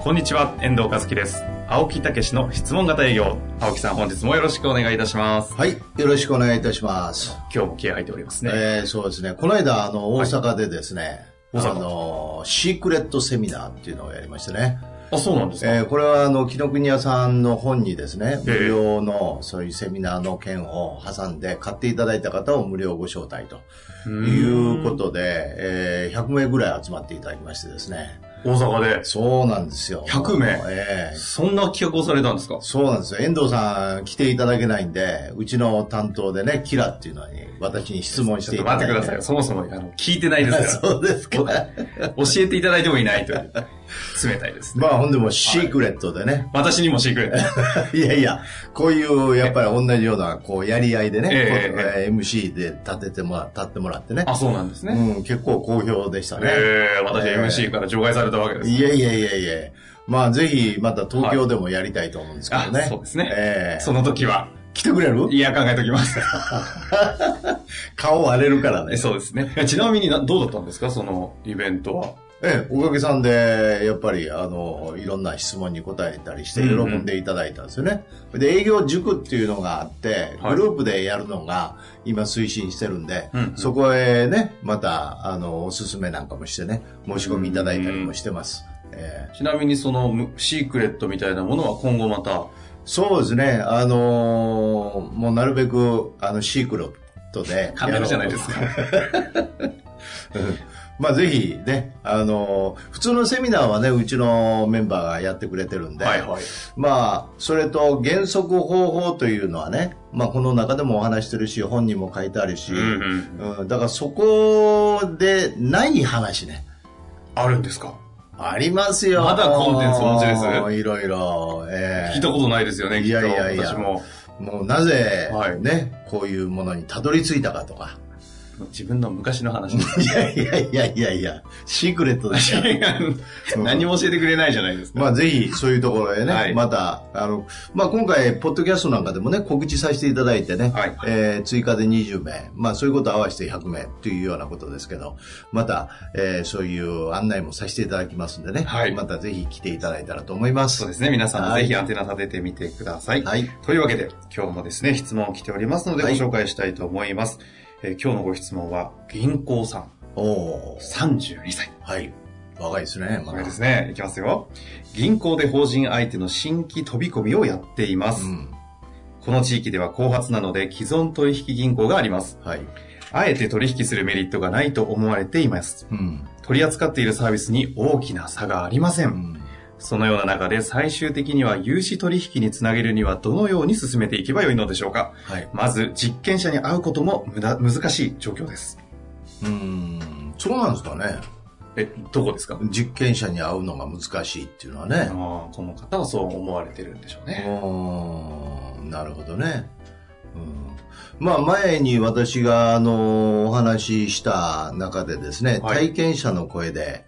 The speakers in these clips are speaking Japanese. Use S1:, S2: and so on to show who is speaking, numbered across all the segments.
S1: こんにちは、遠藤和樹です。青木武の質問型営業。青木さん、本日もよろしくお願いいたします。
S2: はい、よろしくお願いいたします。
S1: 今日も気合入っておりますね。
S2: えーそうですね。この間、あの、大阪でですね、
S1: はい大阪
S2: あの、シークレットセミナーっていうのをやりましてね。
S1: あ、そうなんですか。
S2: えーこれは、あの、紀ノ国屋さんの本にですね、
S1: ええ
S2: 無料の、そういうセミナーの件を挟んで、買っていただいた方を無料ご招待と
S1: う
S2: いうこ
S1: ん
S2: とで、えー100名ぐらい集まっていただきましてですね。
S1: 大阪で、
S2: そうなんですよ。
S1: 100名
S2: ええ
S1: そんな企画をされたんですか
S2: そうなんですよ。遠藤さん来ていただけないんで、うちの担当でね、キラっていうのに、私に質問し
S1: ちょ
S2: て
S1: っ
S2: い
S1: と
S2: た
S1: 待
S2: だ
S1: っ
S2: い
S1: て
S2: て。
S1: くださいよ。そもそも、あの、聞いてないですか
S2: そ うですか。
S1: ら。教えていただいてもいないという。冷たいですね。
S2: まあ、ほんでもうシークレットでね。
S1: 私にもシークレット。
S2: いやいや、こういう、やっぱり同じような、こう、やり合いでね、
S1: ええ
S2: こうえー MC で立ててもら、立ってもらってね。
S1: あ、そうなんですね。
S2: うん、結構好評でしたね。
S1: ええ、私
S2: えー
S1: MC から除外されたわけです。
S2: いやいやいやいや。まあ、ぜひ、また東京でもやりたいと思うんですけどね。
S1: あそうですね
S2: ええ
S1: その時は。
S2: 来てくれる
S1: いや、考えときます。
S2: 顔割れるからね。
S1: そうですね。 ちなみにな、どうだったんですかそのイベントは。
S2: ええ、おかげさんで、やっぱり、あの、いろんな質問に答えたりして、喜
S1: うんうん
S2: んでいただいたんですよね。で、営業塾っていうのがあって、
S1: はい
S2: グループでやるのが、今推進してるんで、
S1: うんうん
S2: そこへね、また、あの、おすすめなんかもしてね、申し込みいただいたりもしてます。ええ
S1: ちなみにそのむシークレットみたいなものは今後また、
S2: そうですね、あのーもうなるべく、あの、シークロットで。
S1: 簡単じゃないですか。
S2: まあぜひね、あのー普通のセミナーはね、うちのメンバーがやってくれてるんで、
S1: はいはい。
S2: まあ、それと原則方法というのはね、まあこの中でもお話してるし、本人も書いてあるし、
S1: うんうん。
S2: うんだからそこでない話ね。
S1: あるんですか
S2: ありますよ。
S1: まだコンテンツお持ちです
S2: いろいろ。ええ
S1: 聞いたことないですよね、きっと
S2: いやいやいや
S1: 私も。
S2: もうなぜ、
S1: はい
S2: ね、こういうものにたどり着いたかとか。
S1: 自分の昔の話です。
S2: いやいやいやいやいや、シークレットでし ょ。うん
S1: 何も教えてくれないじゃないですか。
S2: まあぜひそういうところへね、
S1: はい
S2: また、あの、まあ今回、ポッドキャストなんかでもね、告知させていただいてね、
S1: はい
S2: えー追加で20名、まあそういうこと合わせて100名というようなことですけど、また、えーそういう案内もさせていただきますんでね、
S1: はい
S2: またぜひ来ていただいたらと思います。
S1: そうですね、皆さんも
S2: はい
S1: ぜひアンテナ立ててみてください。
S2: はい。
S1: というわけで、今日もですね、質問を来ておりますのでご
S2: はい
S1: 紹介したいと思います。えー今日のご質問は、銀行さん、
S2: おー
S1: 32歳。
S2: はい。若いですね、ま
S1: これ
S2: だ
S1: で。すね、いきますよ。銀行で法人相手の新規飛び込みをやっています。
S2: うん。
S1: この地域では後発なので既存取引銀行があります。
S2: はい。
S1: あえて取引するメリットがないと思われています。
S2: うん。
S1: 取り扱っているサービスに大きな差がありませ。
S2: うんん
S1: そのような中で最終的には融資取引につなげるにはどのように進めていけばよいのでしょうか
S2: はい。
S1: まず実験者に会うことも無駄難しい状況です。
S2: うん。そうなんですかね。
S1: え、どこですか
S2: 実験者に会うのが難しいっていうのはね。
S1: あーこの方はそう思われてるんでしょうね。
S2: うーんなるほどね。うんまあ前に私があのお話しした中でですね、
S1: はい
S2: 体験者の声で、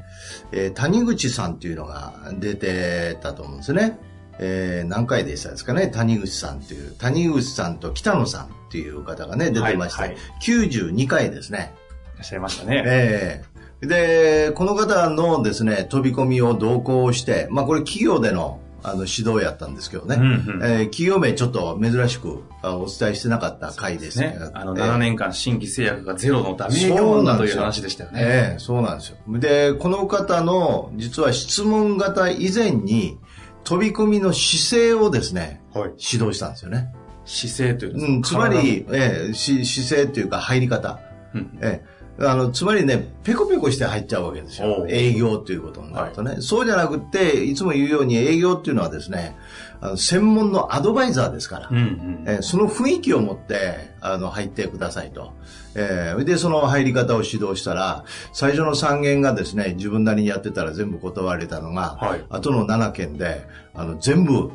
S2: えー谷口さんっていうのが出てたと思うんですね。えー何回でしたですかね、谷口さんっていう、谷口さんと北野さんっていう方がね、出てまして、
S1: はいはいい
S2: 92回ですね。
S1: らっしゃいましたね。
S2: ええで、この方のですね、飛び込みを同行して、まあこれ企業でのあの指導やったんですけどね、
S1: うんうん
S2: えー企業名ちょっと珍しくあお伝えしてなかった回です
S1: ね
S2: ね。、
S1: あの
S2: えー
S1: 7年間新規制約がゼロのダメージ
S2: そうな
S1: だ
S2: ん
S1: と
S2: で
S1: いう
S2: すよ
S1: 話でしたよね。
S2: ええそうなんですよ。で、この方の実は質問型以前に飛び込みの姿勢をですね、
S1: はい。
S2: 指導したんですよね。
S1: 姿勢という
S2: うん、つま
S1: 体の
S2: り、ええし姿勢というか入り方。
S1: うん
S2: ええあの、つまりね、ペコペコして入っちゃうわけです
S1: お
S2: よ
S1: う。
S2: 営業ということになるとね。そうじゃなくって、いつも言うように営業っていうのはですね、あの専門のアドバイザーですから、
S1: うんうん。
S2: えーその雰囲気を持って、あの、入ってくださいと。えーで、その入り方を指導したら、最初の3件がですね、自分なりにやってたら全部断れたのが、
S1: はい
S2: 後の7件で、あの、全部、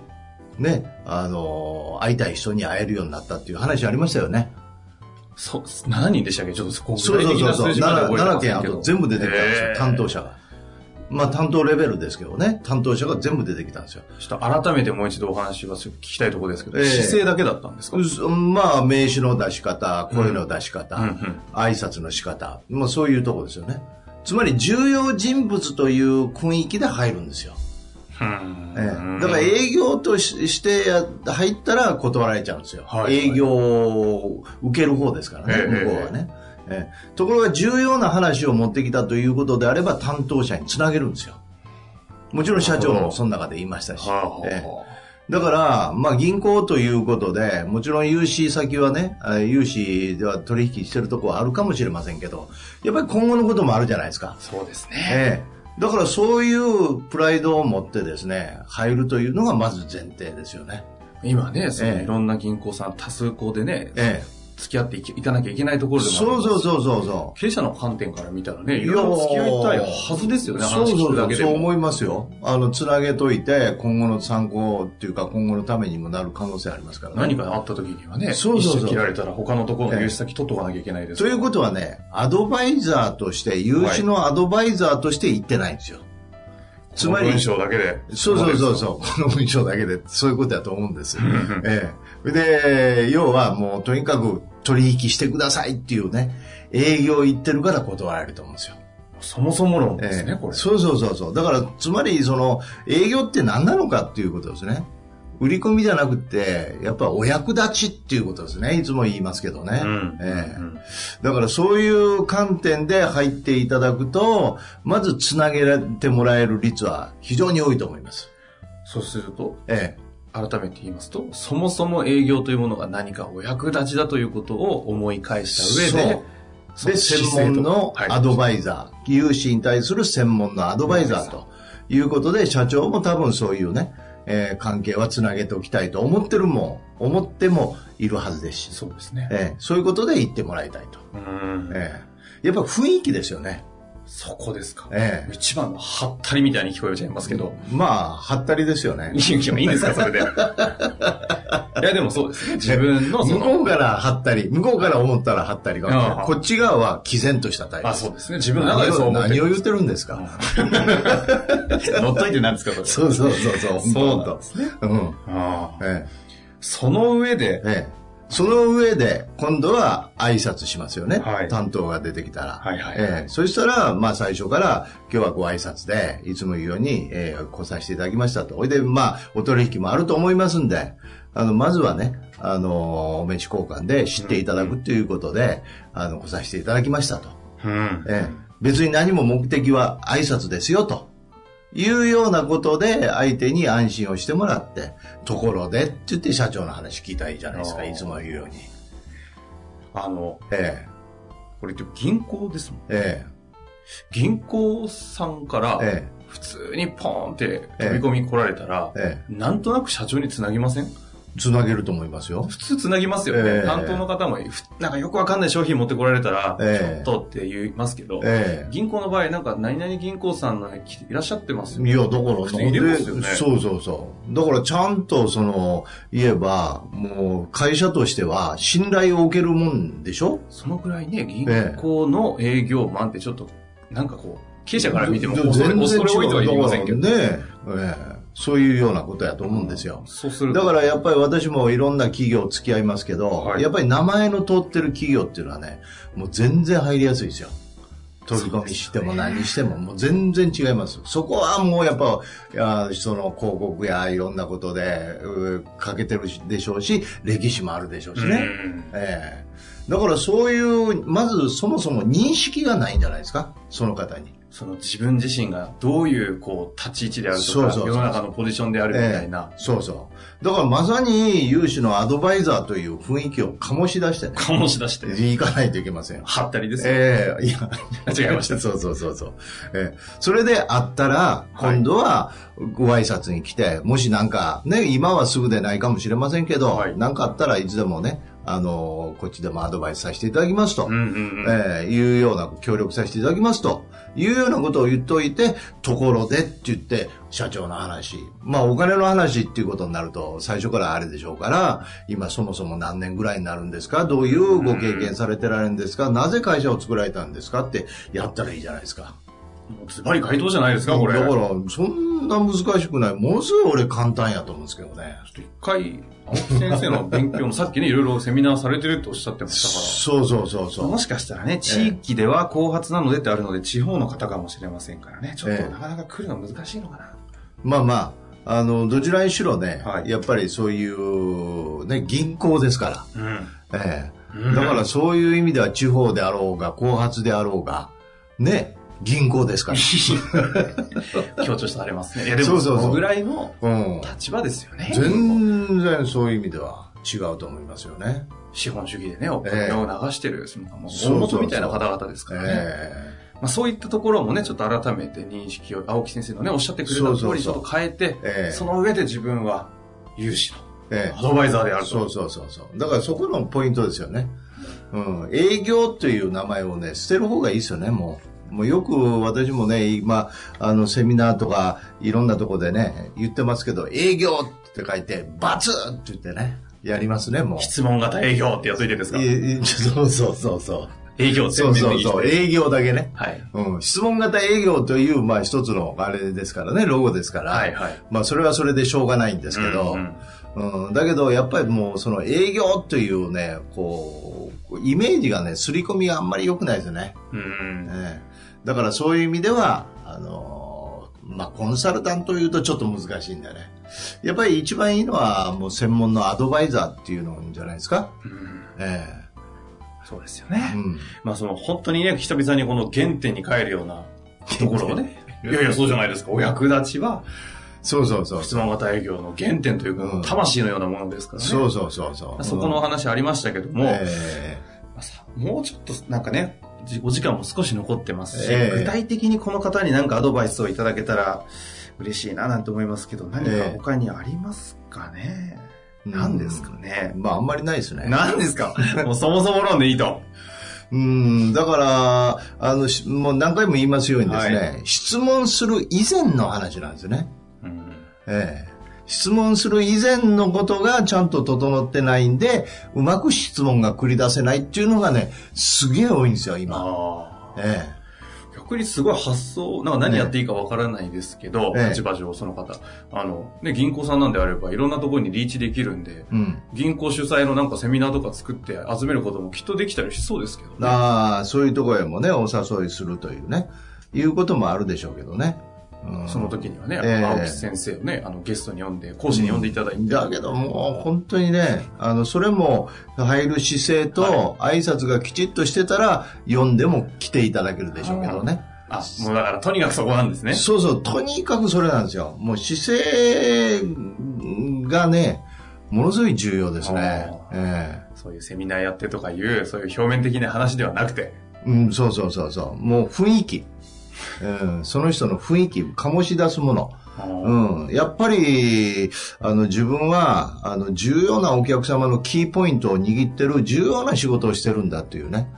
S2: ね、あの、会いたい人に会えるようになったっていう話ありましたよね。
S1: そう、7人でしたっけちょっと、こう、
S2: そう
S1: 具
S2: そ
S1: 体
S2: う
S1: 的
S2: そう
S1: な
S2: そう
S1: 数字まで
S2: 7,
S1: 覚えてませ
S2: 件
S1: ん
S2: あ
S1: けど
S2: と全部出てきたんです
S1: へ
S2: よ
S1: ー
S2: 担当者がまあ担当レベルですけどね担当者が全部出てきたんですよ
S1: ちょっと改めてもう一度お話は聞きたいところですけど、
S2: ええ
S1: 姿勢だけだったんですか、
S2: うまあ名刺の出し方声の出し方、
S1: うんうん
S2: 挨拶の仕方まあそういうところですよねつまり重要人物という雰囲気で入るんですよ、
S1: うん
S2: ええだから営業とししてや入ったら断られちゃうんですよ、
S1: はい
S2: 営業を受ける方ですからね、
S1: ええ
S2: 向こうはね、ええところが重要な話を持ってきたということであれば担当者につなげるんですよもちろん社長もその中で言いましたし、
S1: はあはあ
S2: ええだから、まあ、銀行ということで、もちろん融資先はね、あ融資では取引してるとこはあるかもしれませんけど、やっぱり今後のこともあるじゃないですか。
S1: そうですね。
S2: ええ。だからそういうプライドを持ってですね、入るというのがまず前提ですよね。
S1: 今ね、そ
S2: え
S1: の
S2: え
S1: いろんな銀行さん多数行でね、
S2: え
S1: 付き合っていきいかなきゃいけないとこ
S2: え。
S1: ろでもあり
S2: そ
S1: ま
S2: う
S1: す
S2: そうそうそうそう。
S1: 経営者の観点から見たらね、い
S2: いやー
S1: ろいろ付き合いたいはずですよね、
S2: そう
S1: 話聞
S2: そ
S1: く
S2: うそ
S1: だ
S2: う、
S1: けで
S2: そう
S1: も。
S2: 思いますよ。あの、つなげといて、今後の参考っていうか、今後のためにもなる可能性ありますからね。
S1: 何かあった時にはね、
S2: そうそうそう
S1: 一社切られたら他のところの融資先取っとかなきゃいけないです
S2: ということはね、アドバイザーとして、融資のアドバイザーとして言ってないんですよ。つま
S1: こ
S2: り
S1: の文章だけで。
S2: そうそうそう
S1: う。
S2: そう、 この文章だけで、そういうことだと思うんです。ええ、で、要はもうとにかく取引してくださいっていうね、営業行ってるから断られると思うんですよ。
S1: そもそも論ですね、
S2: ええ
S1: これ。
S2: そうそうそうそう。だから、つまりその、営業って何なのかっていうことですね。売り込みじゃなくて、やっぱお役立ちっていうことですね。いつも言いますけどね。
S1: うん
S2: ええ
S1: うん
S2: だからそういう観点で入っていただくと、まずつなげてもらえる率は非常に多いと思います。
S1: そうすると、
S2: ええ。
S1: 改めて言いますと、そもそも営業というものが何かお役立ちだということを思い返した上で、そ
S2: で、専門のアド
S1: イ
S2: バイザー、融資に対する専門のアドバイザーということで、社長も多分そういうね、えー関係はつなげておきたいと思ってるもん、思ってもいるはずですし、
S1: そうですね。
S2: えーそういうことで言ってもらいたいと。
S1: うん
S2: えーやっぱ雰囲気ですよね。
S1: そこですか。
S2: えー
S1: 一番のハッタリみたいに聞こえちゃいますけど、
S2: まあ、はったりですよね
S1: い。やいやいいんですか、それ で。いや、でもそうですね。自分の そ
S2: 向こ
S1: の、
S2: うからはったり、向こうから思ったらはったりかもしれ
S1: あ
S2: な
S1: あ
S2: いこっち側は毅然とした態度。
S1: あ、そうですね。自分の中でそう思って
S2: 何を
S1: る。
S2: 言ってるんですか。
S1: 乗っといてなんですか、 それ。
S2: そうそうそうそう。
S1: そうなん
S2: 本
S1: ですね。
S2: 当うん。
S1: ああ
S2: ええ
S1: その上で、
S2: ええ、その上で、今度は挨拶しますよね。
S1: はい
S2: 担当が出てきたら。
S1: はいはい
S2: ええ、そしたら、まあ最初から、今日はご挨拶で、いつも言うように、ええ来させていただきましたと。おいで、まあ、お取引もあると思いますんで、あの、まずはね、あの、お名刺交換で知っていただくということで、あの、来させていただきましたと。
S1: うん。
S2: ええ、別に何も目的は挨拶ですよと。いうようなことで相手に安心をしてもらって、ところでって言って社長の話聞いたらいいじゃないです
S1: あ
S2: か、
S1: ー
S2: いつも言うように。
S1: あの、
S2: え
S1: これって銀行ですもん。
S2: え、え
S1: 銀行さんから
S2: え、、え
S1: 普通にポーンって飛び込み来られたら、
S2: え、え
S1: なんとなく社長につなぎません
S2: え、つなげると思いますよ。
S1: 普通つなぎますよね。
S2: ええ
S1: 担当の方も、ふなんかよくわかんない商品持ってこられたら、
S2: ええ
S1: ちょっとって言いますけど、
S2: え
S1: 銀行の場合、なんか何々銀行さんの来ていらっしゃってます
S2: え。いや、だから、
S1: 普通に入れますよね
S2: でそうそうそう。だから、ちゃんと、その、言えば、もう、会社としては、信頼を受けるもんでしょ
S1: そのくらいね、銀
S2: ええ
S1: 行の営業マンってちょっと、なんかこう、経営者から見ても、
S2: 全
S1: 恐れ
S2: 然違う
S1: 恐れ多いとは言いませんけど。
S2: だからね、ええそういうようなことやと思うんですよ。
S1: そうすると。
S2: だからやっぱり私もいろんな企業付き合いますけど、
S1: はい
S2: やっぱり名前の通ってる企業っていうのはね、もう全然入りやすいですよ。飛び込みしても何しても、もう全然違います。そこはもうやっぱ、いやその広告やいろんなことで、うかけてるでしょうし、歴史もあるでしょうし
S1: う
S2: ね。
S1: ん
S2: ええだからそういう、まずそもそも認識がないんじゃないですか、その方に。
S1: その自分自身がどういうこう立ち位置であるとか
S2: そうそうそう
S1: 世の中のポジションであるみたいな、
S2: そうそう。だからまさに融資のアドバイザーという雰囲気を醸し出してね、
S1: 醸し出して、
S2: いかないといけませんよ。
S1: はったりですね。
S2: ええいや、
S1: 違いました。
S2: そうそうそうそう。ええそれで会ったら、今度はご挨拶に来て、もしなんか、ね、今はすぐでないかもしれませんけど、
S1: はい
S2: なんかあったらいつでもね、あのこっちでもアドバイスさせていただきますと。
S1: うんうんうん。
S2: えーいうような、協力させていただきますと、いうようなことを言っておいて、ところでって言って、社長の話、まあお金の話っていうことになると、最初からあれでしょうから、今そもそも何年ぐらいになるんですかどういうご経験されてられるんですかなぜ会社を作られたんですかってやったらいいじゃないですか。
S1: もうズバリ回答じゃないですか、これ。
S2: だか
S1: ちょ
S2: ら、そんな難しくない。ものすごい俺簡単やと思うんですけどね。
S1: っと一回、青木先生の勉強もさっきね、いろいろセミナーされてるっておっしゃってましたから。
S2: そうそうそうそう。
S1: もしかしたらね、地域では後発なのでってあるので、地方の方かもしれませんからね、ちょっと
S2: ええ
S1: なかなか来るの難しいのかな。
S2: まあまあ、あの、どちらにしろね、
S1: はい
S2: やっぱりそういう、ね、銀行ですか
S1: う
S2: ら。
S1: ん。
S2: え
S1: う
S2: え、
S1: ん
S2: だからそういう意味では地方であろうが、後発であろうが、ね、銀行です から。
S1: 強調されますね。いや、で
S2: そ
S1: も、
S2: うそうそう
S1: そのぐらいの
S2: うん、
S1: 立場ですよね。
S2: 全然そういう意味では違うと思いますよね。
S1: 資本主義でね、お金を流してる、そのもう
S2: そうそう
S1: 大元みたいな方々ですからね。
S2: え
S1: まあ、そういったところもね、ちょっと改めて認識を、青木先生のね、おっしゃってくれた
S2: そう
S1: 通
S2: そう
S1: り、ち
S2: そ
S1: ょ
S2: う
S1: っと変えて、
S2: ええ
S1: その上で自分は有志
S2: えええ
S1: のアドバイザーである
S2: そ
S1: と。
S2: うそうそうそう。だからそこのポイントですよね。うん。営業という名前をね、捨てる方がいいですよね、もう。もうよく私もね、今、あの、セミナーとか、いろんなとこでね、言ってますけど、営業って書いて、バツって言ってね、やりますね、もう。
S1: 質問型営業ってやっといてですか
S2: いいそうそうそうそう。
S1: 営業全
S2: そ
S1: 面
S2: う
S1: 的
S2: そう
S1: に
S2: そう。営業だけね。
S1: はい。
S2: うん。質問型営業という、まあ一つのあれですからね、ロゴですから。
S1: はいはい。
S2: まあそれはそれでしょうがないんですけど。
S1: う
S2: うんんだけど、やっぱりもうその営業というね、こう、イメージがね、刷り込みがあんまり良くないですよね。
S1: うんうん。
S2: ええだからそういう意味では、あのーまあ、コンサルタントというとちょっと難しいんだよね。やっぱり一番いいのは、もう専門のアドバイザーっていうのじゃないですか。
S1: うん
S2: え
S1: そうですよ
S2: え
S1: ね。
S2: うん。
S1: まあその本当にね、久々にこの原点に帰るようなところをね、いやいや、そうじゃないですか。お役立ちは、
S2: そうそうそう。
S1: 質問型営業の原点という
S2: う
S1: か
S2: ん、
S1: 魂のようなものですからね。
S2: そうそうそうそう。
S1: そこのお話ありましたけど
S2: うん、
S1: も、
S2: え
S1: まあさもうちょっとなんかね、じお時間も少し残ってますし、
S2: ええ
S1: 具体的にこの方になんかアドバイスをいただけたら嬉しいななんて思いますけど、何か他にありますかね、
S2: え
S1: 何ですかね、
S2: まあ、あんまりないですね。
S1: 何ですかもうそもそも論でいいと。
S2: うん、だから、あの、しもう何回も言いますようにですね、
S1: は
S2: 質問する以前の話なんですね。
S1: うん
S2: ええ。質問する以前のことがちゃんと整ってないんで、うまく質問が繰り出せないっていうのがね、すげえ多いんですよ、今。
S1: ああ
S2: え
S1: 逆にすごい発想、なんか何やっていいかわからないですけど、
S2: ええ
S1: 立場上その方、あの、ね、銀行さんなんであればいろんなところにリーチできるんで、
S2: え。うん。
S1: 銀行主催のなんかセミナーとか作って集めることもきっとできたりしそうですけどね。
S2: ああ、そういうところへもね、お誘いするというね、いうこともあるでしょうけどね。うん
S1: その時にはね、
S2: ええ
S1: 青木先生をね、あのゲストに呼んで、講師に呼んでいただいて。
S2: だけどもう本当にね、あの、それも入る姿勢と挨拶がきちっとしてたら、読んでも来ていただけるでしょうけどね。
S1: あ、もうだからとにかくそこなんですね。
S2: そうそう、とにかくそれなんですよ。もう姿勢がね、ものすごい重要ですね。え
S1: そういうセミナーやってとかいう、そういう表面的な話ではなくて。
S2: えうん、そうそうそうそう。もう雰囲気。うん、その人の雰囲気、醸し出すもの。うん、やっぱり、あの、自分は、あの、重要なお客様のキーポイントを握ってる重要な仕事をしてるんだっていうね。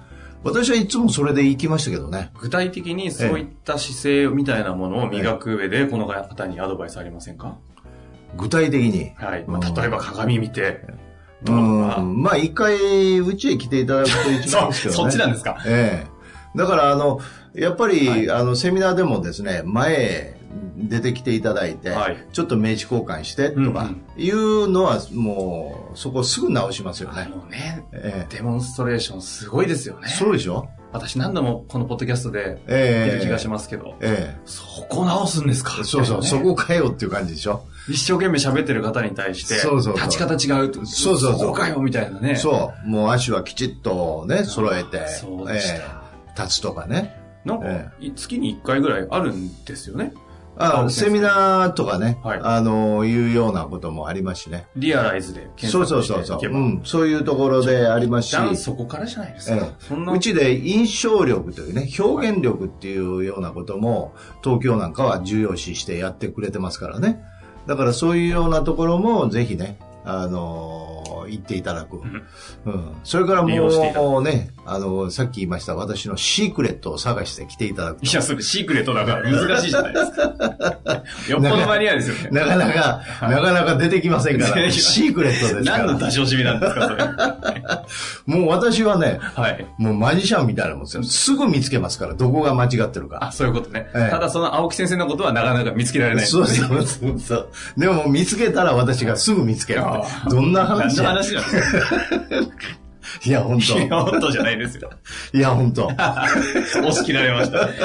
S2: 私はいつもそれで行きましたけどね。
S1: 具体的にそういった姿勢みたいなものを磨く上で、この方にアドバイスありませんか
S2: 具体的に。
S1: はい。ま
S2: うん
S1: あ、例えば鏡見て、
S2: う
S1: どうのか
S2: ん、まあ一回、うちへ来ていただくと一番い
S1: な。
S2: いです け
S1: そう、
S2: ど
S1: そ
S2: ね。
S1: っちなんですか。
S2: ええ。だから、あの、やっぱり、
S1: はい
S2: あの、セミナーでもですね、前、出てきていただいて、
S1: はい
S2: ちょっと名刺交換してとか、いうのは、もう、そこすぐ直しますよ
S1: あ
S2: ね。
S1: のね、
S2: ええ
S1: デモンストレーションすごいですよね。
S2: そうでしょ
S1: 私何度もこのポッドキャストで言って
S2: ええ
S1: る気がしますけど、
S2: え
S1: そこ直すんですか
S2: え。そうそう、
S1: みたいなね
S2: そこかよっていう感じでしょ。
S1: 一生懸命喋ってる方に対して、
S2: そうそうそう
S1: 立ち方違うと、
S2: そうそうそう
S1: こかよみたいなね。
S2: そう。もう足はきちっとね、揃えて、
S1: そうでした
S2: ええ立つとかね。
S1: なんか、
S2: え
S1: い月に1回ぐらいあるんですよね。
S2: あ
S1: 青木先生
S2: セミナーとかね、
S1: はい
S2: あの、いうようなこともありますしね。
S1: リアライズで検
S2: そう
S1: 索
S2: そう
S1: して
S2: そうそ、
S1: いうけば。
S2: う
S1: うん
S2: ん。そういうところでありますし。
S1: そこからじゃないです
S2: え
S1: か。そんな
S2: うちで印象力というね、表現力っていうようなことも、東京なんかは重要視してやってくれてますからね。だからそういうようなところも、ぜひね、あのー行っていただく。
S1: ん
S2: うん。それから
S1: 利用していただ
S2: もうね、あのーさっき言いました、私のシークレットを探して来てい ただく
S1: い。や、それシークレットだから難しいじゃない ですか。よっぽどマニアですよね。
S2: なかなか、なかなか出てきません
S1: 出
S2: か
S1: てき
S2: ら、
S1: ません
S2: シークレットですか
S1: 何の
S2: ら。
S1: 出し惜しみなんですか、それ。
S2: もう私はね、
S1: はい。
S2: もうマジシャンみたいなもんですよ。すぐ見つけますから、どこが間違ってるか。
S1: あ、そういうことね。
S2: ええ
S1: ただその青木先生のことはなかなか見つけられない。
S2: そうそうそうそう。でも見つけたら私がすぐ見つける
S1: あ。
S2: どんな
S1: 何
S2: 話
S1: の
S2: や
S1: 話なんです
S2: いや、本
S1: かいや、
S2: 当
S1: 本当じゃないですよ。
S2: いや、本当
S1: 押し切られました。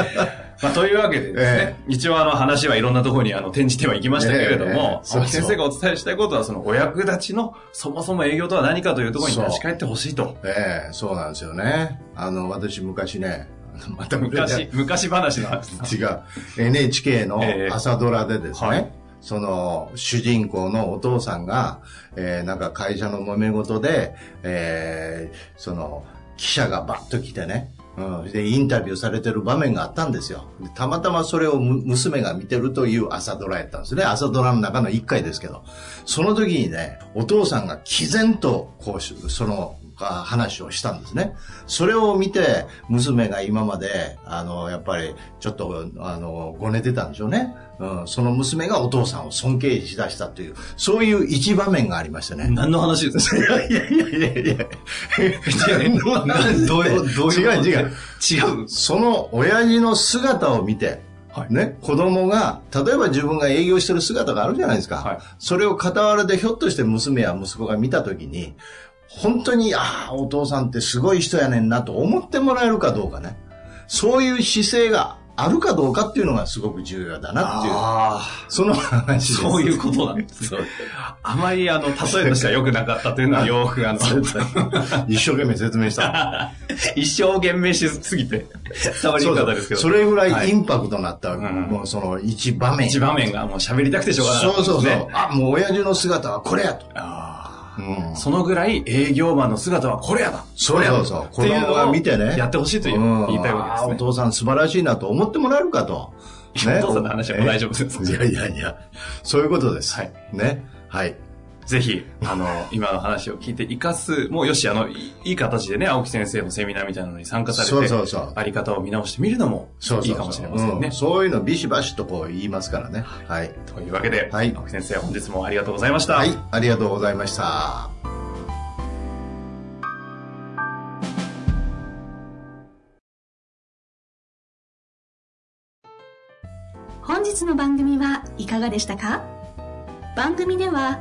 S1: まあ、というわけでですね、一応あの話はいろんなところにあの転じてはいきましたけれど
S2: ええええ
S1: も、
S2: そうそう
S1: 青木先生がお伝えしたいことは、そのお役立ちのそもそも営業とは何かというところに立ち返ってほしいと。
S2: ええそうなんですよね。あの、私昔ね、あのまた
S1: 昔、昔話の話。
S2: 違う。NHK の
S1: ええ
S2: 朝ドラでですね、
S1: はい
S2: その主人公のお父さんが、えーなんか会社の揉め事で、えーその記者がバッと来てね、うん、でインタビューされてる場面があったんですよでたまたまそれをむ娘が見てるという朝ドラやったんですね朝ドラの中の1回ですけどその時にねお父さんが毅然とこうしそのあ話をしたんですねそれを見て娘が今まであのやっぱりちょっとあのごねてたんでしょうね、うん、その娘がお父さんを尊敬しだしたというそういう一場面がありましたね
S1: 何の話ですか
S2: いやいやいやい やいや。 どういう、どういう。違う違う。
S1: 違う。
S2: その親父の姿を見て、
S1: はい
S2: ね、子供が、例えば自分が営業してる姿があるじゃないですか。
S1: はい
S2: それを傍らでひょっとして娘や息子が見たときに、本当に、ああ、お父さんってすごい人やねんなと思ってもらえるかどうかね。そういう姿勢があるかどうかっていうのがすごく重要だなっていう、
S1: ああ、
S2: その話です。
S1: そういうことなんですね。
S2: そう
S1: あまりあの、例えとしては良くなかったというのはよくあの、
S2: 一生懸命説明した。
S1: 一生懸命しすぎて、伝わりにくかったですけど。
S2: そうそうそれぐらいインパクトになった、
S1: はい
S2: もうその一場面。
S1: 一場面がもう喋りたくてしょうがない、
S2: そうそうそう、あ、もう親父の姿はこれやと。
S1: あ
S2: うん
S1: ーそのぐらい営業マンの姿はこれやだ
S2: そうそうそう
S1: これやだってい
S2: 子供が見てね
S1: やってほしいという、
S2: うん
S1: 言いたいわけ
S2: あお
S1: ですね。
S2: 父さん素晴らしいなと思ってもらえるかと。
S1: お父さんの話はもう大丈夫です
S2: えいやいやいや、そういうことです。
S1: はい
S2: ね。はい。
S1: ぜひ、あの、今の話を聞いて活かす、もうよし、あの、いいい形でね、青木先生のセミナーみたいなのに参加されて、
S2: そうそうそう
S1: あり方を見直してみるのも
S2: そう
S1: い
S2: そうそう
S1: いかもしれません
S2: う
S1: ね。
S2: そういうのビシバシとこう言いますからね。はい。
S1: というわけで、
S2: はい
S1: 青木先生、本日もありがとうございました。
S2: はい。ありがとうございました。
S3: 本日の番組はいかがでしたか番組では